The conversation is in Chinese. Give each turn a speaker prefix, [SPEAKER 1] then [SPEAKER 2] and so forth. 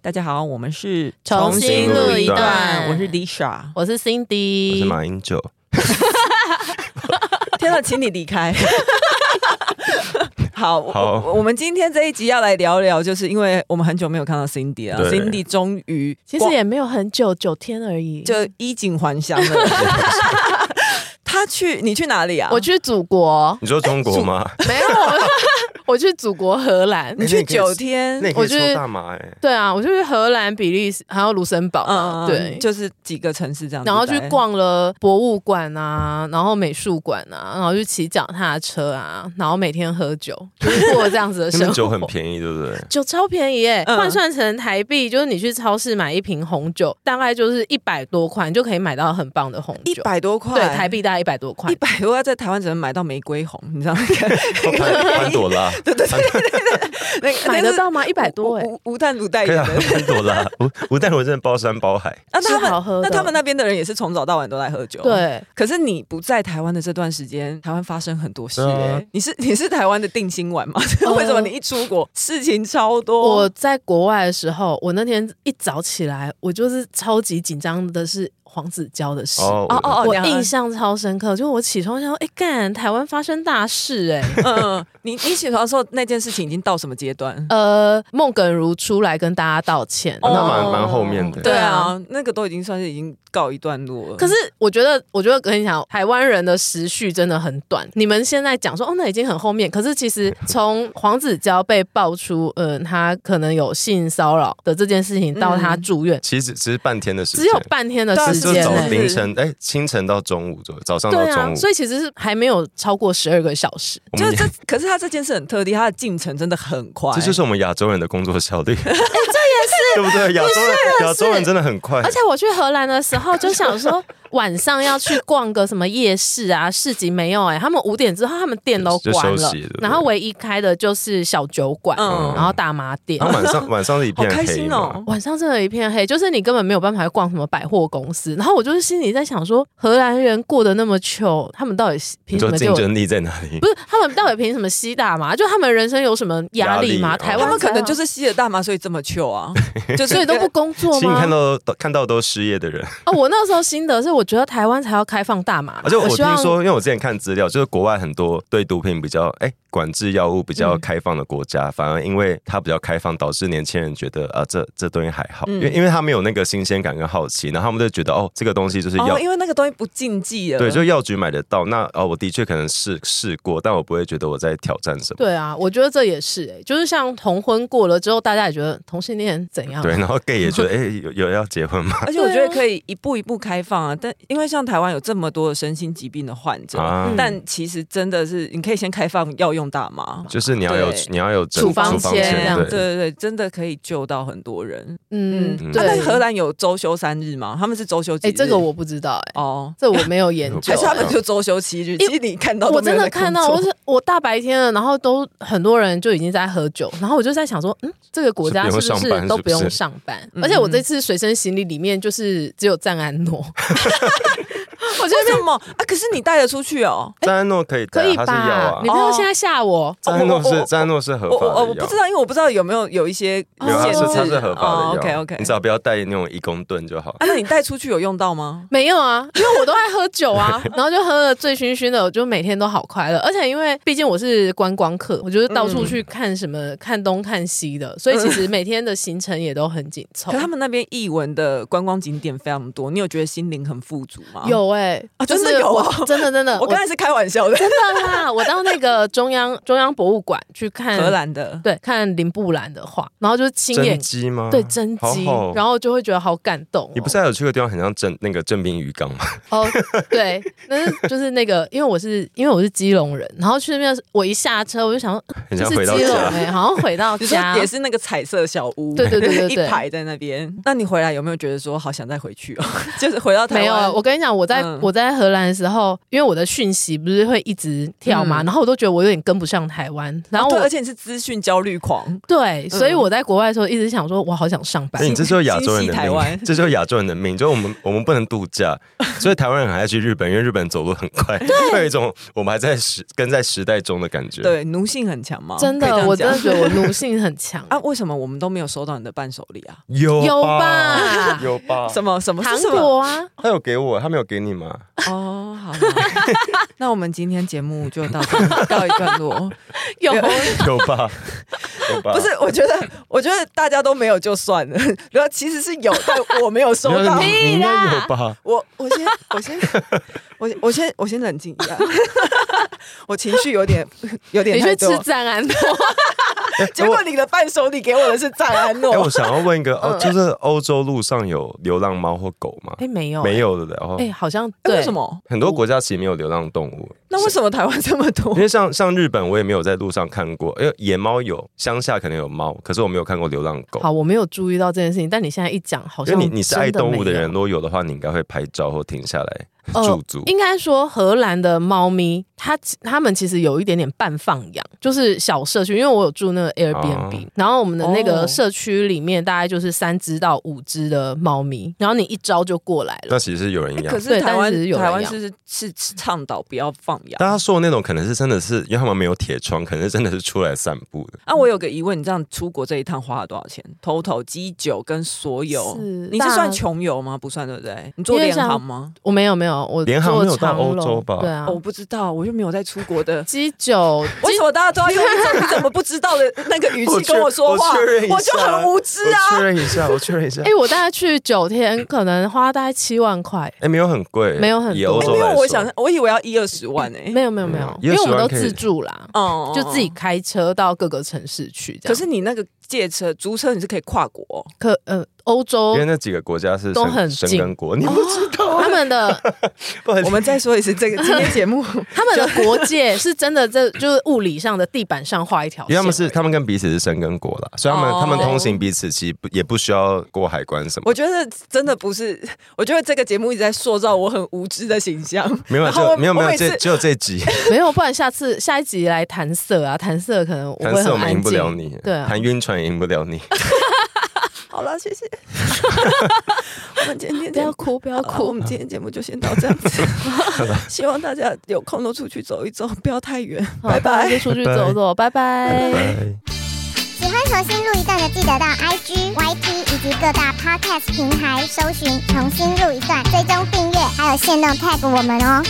[SPEAKER 1] 大家好，我们是
[SPEAKER 2] 重新
[SPEAKER 3] 录一
[SPEAKER 2] 段
[SPEAKER 1] 我是 Lisa。
[SPEAKER 2] 我是 Cindy，
[SPEAKER 3] 我是马英九，
[SPEAKER 1] 天哪，请你离开。 好，我
[SPEAKER 3] 好
[SPEAKER 1] 我我们今天这一集要来聊聊，就是因为我们很久没有看到 Cindy 了
[SPEAKER 3] 对
[SPEAKER 1] ，Cindy 终于
[SPEAKER 2] 其实
[SPEAKER 1] 光
[SPEAKER 2] 也没有很久，九天而已。
[SPEAKER 1] 就衣锦还乡 了。他去，你去哪里啊？
[SPEAKER 2] 我，去祖国，
[SPEAKER 3] 你说中国吗？
[SPEAKER 2] 没有，我 去祖国荷兰。
[SPEAKER 1] 你
[SPEAKER 3] 哎那
[SPEAKER 1] 去
[SPEAKER 3] 你可以
[SPEAKER 1] 九天
[SPEAKER 3] 那，你可以
[SPEAKER 2] 我就是
[SPEAKER 3] 抽大麻哎、
[SPEAKER 2] 对啊，我就去荷兰、比利时还有卢森堡
[SPEAKER 1] 嗯，
[SPEAKER 2] 嘛，对，
[SPEAKER 1] 就是几个城市这样子待，
[SPEAKER 2] 然后去逛了博物馆啊，然后美术馆啊，然后去骑脚踏车啊，然后每天喝酒，就是过这样子的
[SPEAKER 3] 那
[SPEAKER 2] 生
[SPEAKER 3] 边
[SPEAKER 2] 活。
[SPEAKER 3] 酒很便宜，对 不对？
[SPEAKER 2] 酒超便宜耶、
[SPEAKER 1] 嗯
[SPEAKER 2] 换算成台币，就是你去超市买一瓶红酒，大概就是一百多块，你就可以买到很棒的红
[SPEAKER 1] 一
[SPEAKER 2] 酒。
[SPEAKER 1] 百多块
[SPEAKER 2] 对，台币大概一百多块
[SPEAKER 1] 一。百多，在台湾只能买到玫瑰红，你知 道吗？
[SPEAKER 3] 哦潘潘朵拉，对对对，
[SPEAKER 1] 那个
[SPEAKER 2] 买得到吗？一百多哎、
[SPEAKER 1] 无无无淡如代
[SPEAKER 3] 可以
[SPEAKER 1] 言
[SPEAKER 3] 啊
[SPEAKER 1] 的。，
[SPEAKER 3] 潘 朵拉，吴吴淡如真的包山包海，
[SPEAKER 1] 啊那他
[SPEAKER 2] 是好喝
[SPEAKER 1] 们
[SPEAKER 2] 的
[SPEAKER 1] 那他们那边的人也是从早到晚都在喝酒。。
[SPEAKER 3] 啊
[SPEAKER 2] 对，
[SPEAKER 1] 可是你不在台湾的这段时间，台湾发生很多事、
[SPEAKER 3] 对
[SPEAKER 1] 欸
[SPEAKER 3] 啊
[SPEAKER 1] 你是 你是台湾的定心丸吗？
[SPEAKER 2] 哦
[SPEAKER 1] 为什么你一出国事情超多？
[SPEAKER 2] 我在国外的时候，我那天一早起来，我就是超级紧张的是黄子佼的事。
[SPEAKER 3] 哦
[SPEAKER 1] 哦哦哦，
[SPEAKER 2] 我
[SPEAKER 1] 两
[SPEAKER 2] 印象超深刻，就我起床想说，哎、干，台湾发生大事 哎、
[SPEAKER 1] 嗯，嗯你你起床的时候那件事情已经到什么阶段？
[SPEAKER 2] 呃，孟耿如出来跟大家道歉，
[SPEAKER 1] 哦
[SPEAKER 3] 那
[SPEAKER 2] 然后
[SPEAKER 3] 蛮蛮后面的
[SPEAKER 1] 对
[SPEAKER 2] 呃对
[SPEAKER 1] 啊
[SPEAKER 2] 啊，
[SPEAKER 1] 那个都已经算是已经告一段落了。
[SPEAKER 2] 可是我觉得，我觉得跟你讲，台湾人的时序真的很短。你们现在讲说哦，那已经很后面，可是其实从黄子佼被爆出，嗯、他可能有性骚扰的这件事情，到他住院，
[SPEAKER 3] 其实只是半天的时间，
[SPEAKER 2] 只有半天的时
[SPEAKER 3] 就
[SPEAKER 2] 间、
[SPEAKER 3] 早
[SPEAKER 1] 对啊
[SPEAKER 2] 欸。
[SPEAKER 3] 凌晨哎、清晨到中午左右，早上到
[SPEAKER 2] 对
[SPEAKER 3] 中
[SPEAKER 2] 啊，
[SPEAKER 3] 午，
[SPEAKER 2] 所以其实是还没有超过十二个小时。
[SPEAKER 3] 我
[SPEAKER 1] 就
[SPEAKER 3] 们
[SPEAKER 1] 是这， 可是他这件事很特例，他的进程真的很快。
[SPEAKER 3] 这就是我们亚洲人的工作 效率，
[SPEAKER 2] 哎
[SPEAKER 3] 这也是 对不对？亚洲人亚洲人真的很快
[SPEAKER 2] 而，且我去荷兰的时候就想说，晚上要去逛个什么夜市啊、市集没有哎、他们五点之后他们店都
[SPEAKER 3] 就就
[SPEAKER 2] 关
[SPEAKER 3] 休
[SPEAKER 2] 了
[SPEAKER 3] 息了对，
[SPEAKER 2] 然后唯一开的就是小酒馆，
[SPEAKER 1] 嗯
[SPEAKER 2] 然后大麻店，
[SPEAKER 3] 然后晚 上晚上是一片
[SPEAKER 1] 好开
[SPEAKER 3] 黑
[SPEAKER 1] 心
[SPEAKER 3] 嘛
[SPEAKER 1] 哦，
[SPEAKER 2] 晚上真的有一片黑，就是你根本没有办法逛什么百货公司。然后我就是心里在想说，荷兰人过得那么穷，他们到底凭
[SPEAKER 3] 你
[SPEAKER 2] 什
[SPEAKER 3] 说
[SPEAKER 2] 么就
[SPEAKER 3] 竞争力在哪里？
[SPEAKER 2] 不是他们到底凭什么吸大麻？就他们人生有什么压力吗？
[SPEAKER 3] 压力
[SPEAKER 2] 台
[SPEAKER 1] 他
[SPEAKER 2] 湾
[SPEAKER 1] 们可能就是是吸了大麻，所以这么糗 啊，就
[SPEAKER 2] 啊 所以都不工作
[SPEAKER 3] 其实你
[SPEAKER 2] 吗？
[SPEAKER 3] 看到都看到都失业的人，
[SPEAKER 2] 哦，我那时候心得是，我觉得台湾才要开放大麻，
[SPEAKER 3] 而且啊我
[SPEAKER 2] 希
[SPEAKER 3] 听
[SPEAKER 2] 望
[SPEAKER 3] 说，因为我之前看资料，就是国外很多对毒品比较哎、管制药物比较开放的国家，反而因为它比较开放，导致年轻人觉得啊这这东西还好，因为因为他们有那个新鲜感跟好奇，然后他们就觉得哦这个东西就是药。
[SPEAKER 1] 哦，因为那个东西不禁忌了。
[SPEAKER 3] 对，就药局买得到。那哦，我的确可能试试过，但我不会觉得我在挑战什么。
[SPEAKER 2] 对啊，我觉得这也是、欸，就是像同婚过了之后，大家也觉得同性恋怎样？啊
[SPEAKER 3] 对，然后 gay 也觉得，哎、有有要结婚吗？
[SPEAKER 1] 而且我觉
[SPEAKER 2] 对
[SPEAKER 1] 得
[SPEAKER 2] 啊
[SPEAKER 1] 可以一步一步开放啊，但因为像台湾有这么多的身心疾病的患者，
[SPEAKER 3] 啊
[SPEAKER 2] 嗯
[SPEAKER 1] 但其实真的是你可以先开放药用大麻。
[SPEAKER 3] 就是你要有
[SPEAKER 1] 对
[SPEAKER 3] 你要有整
[SPEAKER 2] 处方
[SPEAKER 3] 签
[SPEAKER 2] 签这样
[SPEAKER 1] 对
[SPEAKER 3] 对
[SPEAKER 1] 对对，真的可以救到很多人。
[SPEAKER 2] 嗯，
[SPEAKER 3] 嗯
[SPEAKER 2] 对。
[SPEAKER 1] 啊那荷
[SPEAKER 2] 哎、
[SPEAKER 1] 兰有周休三日吗？他们是周休几日？
[SPEAKER 2] 这个我不知道、哎，
[SPEAKER 1] 哦，
[SPEAKER 2] 这我没有 研究、
[SPEAKER 1] 还是他们
[SPEAKER 2] 哎
[SPEAKER 1] 就周休七日？其实你看到都
[SPEAKER 2] 我
[SPEAKER 1] 没有
[SPEAKER 2] 真的
[SPEAKER 1] 在工
[SPEAKER 2] 看到，
[SPEAKER 1] 作
[SPEAKER 2] 我是我大白天的，然后都很多人就已经在喝酒，然后我就在想说，嗯，这个国家
[SPEAKER 3] 是不
[SPEAKER 2] 是
[SPEAKER 3] 用
[SPEAKER 2] 不
[SPEAKER 3] 上班
[SPEAKER 2] 是都不
[SPEAKER 3] 是
[SPEAKER 2] 用
[SPEAKER 3] 不是
[SPEAKER 2] 上班？
[SPEAKER 1] 嗯
[SPEAKER 2] 而且我这次随身行李里面就是只有赞安诺，我觉
[SPEAKER 1] 为
[SPEAKER 2] 得
[SPEAKER 1] 什么啊？可是你带得出去哦。
[SPEAKER 3] 赞安诺可以带
[SPEAKER 2] 可
[SPEAKER 3] 啊，
[SPEAKER 2] 以
[SPEAKER 3] 它是药
[SPEAKER 2] 吧？
[SPEAKER 3] 啊
[SPEAKER 2] 你。不要现在吓我。
[SPEAKER 3] 赞安诺
[SPEAKER 1] 我我我
[SPEAKER 3] 是赞安诺是合
[SPEAKER 1] 我
[SPEAKER 3] 法的
[SPEAKER 1] 我我
[SPEAKER 3] 药。
[SPEAKER 1] 不知道，因为我不知道有没有有一些
[SPEAKER 2] 哦
[SPEAKER 1] 限
[SPEAKER 3] 没有，它
[SPEAKER 1] 制
[SPEAKER 3] 是它是合法的药。
[SPEAKER 1] OK OK，
[SPEAKER 3] 你只要不要带那种一公吨就好。
[SPEAKER 1] 啊，那你带出去有用到吗？
[SPEAKER 2] 没有啊，因为我都爱喝酒 啊，然后就喝的醉醺醺的，我就每天都好快乐。而且因为毕竟我是观光客，我就是到处去看什么、
[SPEAKER 1] 嗯
[SPEAKER 2] 看东看西的，所以其实每天的行程也都很紧凑
[SPEAKER 1] 嗯可。他们那边艺文的观光景点非常多，你有觉得心灵很富足吗？
[SPEAKER 2] 有哎、
[SPEAKER 1] 啊
[SPEAKER 2] 就
[SPEAKER 1] 真的
[SPEAKER 2] 是
[SPEAKER 1] 有
[SPEAKER 2] 我
[SPEAKER 1] 啊
[SPEAKER 2] 真的 真的，
[SPEAKER 1] 我刚才是开玩笑的，
[SPEAKER 2] 真的啦，我到那个中央中央博物馆去看
[SPEAKER 1] 荷，兰的。
[SPEAKER 2] 对，看林布兰的画，然后就是亲眼
[SPEAKER 3] 真鸡
[SPEAKER 1] 啊
[SPEAKER 3] 吗？
[SPEAKER 2] 对真迹，
[SPEAKER 3] 好好
[SPEAKER 2] 然后就会觉得好感动、哦。
[SPEAKER 3] 你不是还有去个地方很像正那个正滨渔港吗？
[SPEAKER 2] 哦，对，但是就是那个，因为我是因为我是基隆人，然后去那边我一下车我就想说，
[SPEAKER 3] 很
[SPEAKER 2] 这
[SPEAKER 3] 像
[SPEAKER 2] 是
[SPEAKER 3] 回到
[SPEAKER 2] 基隆
[SPEAKER 3] 家。
[SPEAKER 2] 哎、好像回到
[SPEAKER 1] 你说
[SPEAKER 2] 家，
[SPEAKER 1] 也是那个彩色小屋，
[SPEAKER 2] 对对对对对
[SPEAKER 1] 一排在那边。那你回来有没有觉得说好想再回去哦？就是回到台
[SPEAKER 2] 没有，啊
[SPEAKER 1] 湾，
[SPEAKER 2] 我跟你讲，我在在
[SPEAKER 1] 嗯
[SPEAKER 2] 我在荷兰的时候，因为我的讯息不是会一直跳嘛，
[SPEAKER 1] 嗯
[SPEAKER 2] 然后我都觉得我有点跟不上台湾，然后
[SPEAKER 1] 哦对，
[SPEAKER 2] 我
[SPEAKER 1] 而且你嗯是资讯焦虑狂，
[SPEAKER 2] 对，所以我在国外的时候一直想说，我好想上班哦
[SPEAKER 3] 所以。你这就是亚洲人
[SPEAKER 1] 心系
[SPEAKER 3] 的
[SPEAKER 1] 台湾
[SPEAKER 3] 命， 这就是亚洲人的命，就是我们我们不能度 假，所以台湾人很爱去日本，因为日本走路很快，会有一种我们还在时跟在时代中的感觉。，
[SPEAKER 1] 对，奴性很强嘛。哦
[SPEAKER 2] 真
[SPEAKER 1] 可以这
[SPEAKER 2] 的，
[SPEAKER 1] 样
[SPEAKER 2] 我真
[SPEAKER 1] 讲
[SPEAKER 2] 的觉得我奴性很强
[SPEAKER 1] 啊，为什么我们都没有收到你的伴手礼啊？
[SPEAKER 3] 有
[SPEAKER 2] 有吧
[SPEAKER 3] 吧？有 吧？
[SPEAKER 1] 什么什么
[SPEAKER 2] 糖
[SPEAKER 1] 是什么？
[SPEAKER 2] 果啊，
[SPEAKER 3] 他有给我，他没有给你吗？
[SPEAKER 1] 哦，好啦， 那我们今天节目就到这里告一段落。
[SPEAKER 2] 有
[SPEAKER 3] 有 吧？有吧？
[SPEAKER 1] 不是，我觉得， 我觉得大家都没有就算了， 然后其实是 有，但我没有收
[SPEAKER 3] 你
[SPEAKER 1] 到
[SPEAKER 3] 要，。你你应该有吧？
[SPEAKER 1] 我我先我先我先我先我先冷静一下， 我情绪有点有点
[SPEAKER 2] 你
[SPEAKER 1] 太
[SPEAKER 2] 去吃
[SPEAKER 1] 多。
[SPEAKER 2] 赞安 诺，
[SPEAKER 1] 结果你的伴手礼给我的是赞安
[SPEAKER 3] 哎、
[SPEAKER 1] 诺
[SPEAKER 3] 我，想要问一个，哦，就是欧洲路上有流浪猫或狗吗？
[SPEAKER 2] 哎，没有，
[SPEAKER 3] 没，有的，然后
[SPEAKER 2] 哎，好像
[SPEAKER 1] 哎
[SPEAKER 2] 对，
[SPEAKER 1] 为什？么？
[SPEAKER 3] 很多国家其实没有流浪动物。
[SPEAKER 1] 那为什么台湾这么多
[SPEAKER 3] 因？为像像日本，我也没有在路上看过，因为野猫有，乡下可能有猫，可是我没有看过流浪狗。
[SPEAKER 2] 好，我没有注意到这件事情，但你现在一讲，好
[SPEAKER 3] 因
[SPEAKER 2] 像
[SPEAKER 3] 为你你是爱
[SPEAKER 2] 真
[SPEAKER 3] 动物
[SPEAKER 2] 没
[SPEAKER 3] 的人，
[SPEAKER 2] 有
[SPEAKER 3] 如果有的话，你应该会拍照或停下来
[SPEAKER 2] 呃
[SPEAKER 3] 驻足。
[SPEAKER 2] 应该说，荷兰的猫咪，它它们其实有一点点半放养，就是小社区。因为我有住那个
[SPEAKER 3] 啊
[SPEAKER 2] Airbnb，、然后我们的那个
[SPEAKER 1] 哦
[SPEAKER 2] 社区里面大概就是三只到五只的猫咪，然后你一招就过来了。
[SPEAKER 3] 那其实是有人
[SPEAKER 1] 哎
[SPEAKER 3] 养
[SPEAKER 1] 可，是
[SPEAKER 2] 对
[SPEAKER 1] 台
[SPEAKER 2] 但
[SPEAKER 1] 湾
[SPEAKER 2] 是有人
[SPEAKER 1] 台湾
[SPEAKER 2] 养
[SPEAKER 1] 是是是倡导不要放养。
[SPEAKER 3] 但他说的那种可能是真的是，因为他们没有铁窗，可能是真的是出来散步的。
[SPEAKER 1] 啊，我有个疑问，你这样出国这一趟花了多少钱？total 机酒跟所有，
[SPEAKER 2] 是
[SPEAKER 1] 你是算
[SPEAKER 2] 大
[SPEAKER 1] 穷游吗？不算对不对？你坐
[SPEAKER 2] 因为
[SPEAKER 1] 联
[SPEAKER 2] 像
[SPEAKER 1] 航吗？
[SPEAKER 2] 我没有没有，我
[SPEAKER 3] 联航
[SPEAKER 2] 坐
[SPEAKER 3] 没有到
[SPEAKER 2] 长
[SPEAKER 3] 欧洲
[SPEAKER 2] 龙
[SPEAKER 3] 吧
[SPEAKER 2] 对啊。
[SPEAKER 1] 哦，我，不知道，我就没有在出国的
[SPEAKER 2] 鸡酒
[SPEAKER 1] 为什么大家都要用一种你怎么不知道的那个语
[SPEAKER 3] 我
[SPEAKER 1] 气
[SPEAKER 3] 确
[SPEAKER 1] 跟我说话？
[SPEAKER 3] 我确认一下
[SPEAKER 1] 就很无知
[SPEAKER 3] 我确
[SPEAKER 1] 啊！
[SPEAKER 3] 认一下，我确认一下。
[SPEAKER 2] 哎、我大概去九天，可能花大概七万块。
[SPEAKER 3] 哎，没有很贵，
[SPEAKER 2] 没有很
[SPEAKER 3] 以
[SPEAKER 2] 多
[SPEAKER 3] 欧
[SPEAKER 1] 哎
[SPEAKER 3] 洲
[SPEAKER 1] 没有
[SPEAKER 3] 来，
[SPEAKER 1] 我
[SPEAKER 3] 说
[SPEAKER 1] 想，我以为要一二十万哎，
[SPEAKER 2] 没有没有没有，因为我们都自助啦，
[SPEAKER 1] 哦
[SPEAKER 2] 就自己。开车到各个城市去这
[SPEAKER 1] 可
[SPEAKER 2] 样。
[SPEAKER 1] 是你那个借车、租车，你是可以跨国 哦、
[SPEAKER 2] 可呃，欧洲
[SPEAKER 3] 因为那几个国家是
[SPEAKER 2] 都很
[SPEAKER 3] 生
[SPEAKER 2] 近哦
[SPEAKER 3] 根国，你不知 道，
[SPEAKER 2] 他们的
[SPEAKER 3] 不然
[SPEAKER 1] 我们再说一次，这个今天节目
[SPEAKER 2] 他们的国界是真的在，就是物理上的地板上画一条
[SPEAKER 3] 因为
[SPEAKER 2] 线。
[SPEAKER 3] 他们是他们跟彼此是生根国啦，所以他们、
[SPEAKER 1] 哦
[SPEAKER 3] 他们通行彼此其实不也不需要过海关什么
[SPEAKER 1] 我，觉得真的不是，我觉得这个节目一直在塑造我很无知的形象。
[SPEAKER 3] 没有
[SPEAKER 1] 然后
[SPEAKER 3] 就没有没
[SPEAKER 1] 我
[SPEAKER 3] 有
[SPEAKER 1] 每次
[SPEAKER 3] 这只有这集，
[SPEAKER 2] 没有，不然下次下一集来谈色啊，谈色可能 我
[SPEAKER 3] 谈
[SPEAKER 2] 会
[SPEAKER 3] 色我
[SPEAKER 2] 很
[SPEAKER 3] 们赢
[SPEAKER 2] 安
[SPEAKER 3] 不了
[SPEAKER 2] 静。
[SPEAKER 3] 你，
[SPEAKER 2] 对啊
[SPEAKER 3] 谈晕船也赢不了你，
[SPEAKER 1] 好了，谢谢。 我们今天
[SPEAKER 2] 不
[SPEAKER 1] 节
[SPEAKER 2] 要
[SPEAKER 1] 目
[SPEAKER 2] 哭，不要
[SPEAKER 1] 好啦我
[SPEAKER 2] 哭。
[SPEAKER 1] 们今天节目就先到这样子。 希望大家有空都出去走一走，不要太远。
[SPEAKER 2] 好
[SPEAKER 1] 拜
[SPEAKER 2] 大家
[SPEAKER 1] 拜。
[SPEAKER 2] 就出去走走，拜
[SPEAKER 3] 拜
[SPEAKER 2] 拜。
[SPEAKER 3] 拜。
[SPEAKER 4] 喜欢重新录一段的，记得到 IG、YT 以及各大 Podcast 平台搜寻“重新录一段”，追踪订阅，还有限定 tag 我们哦。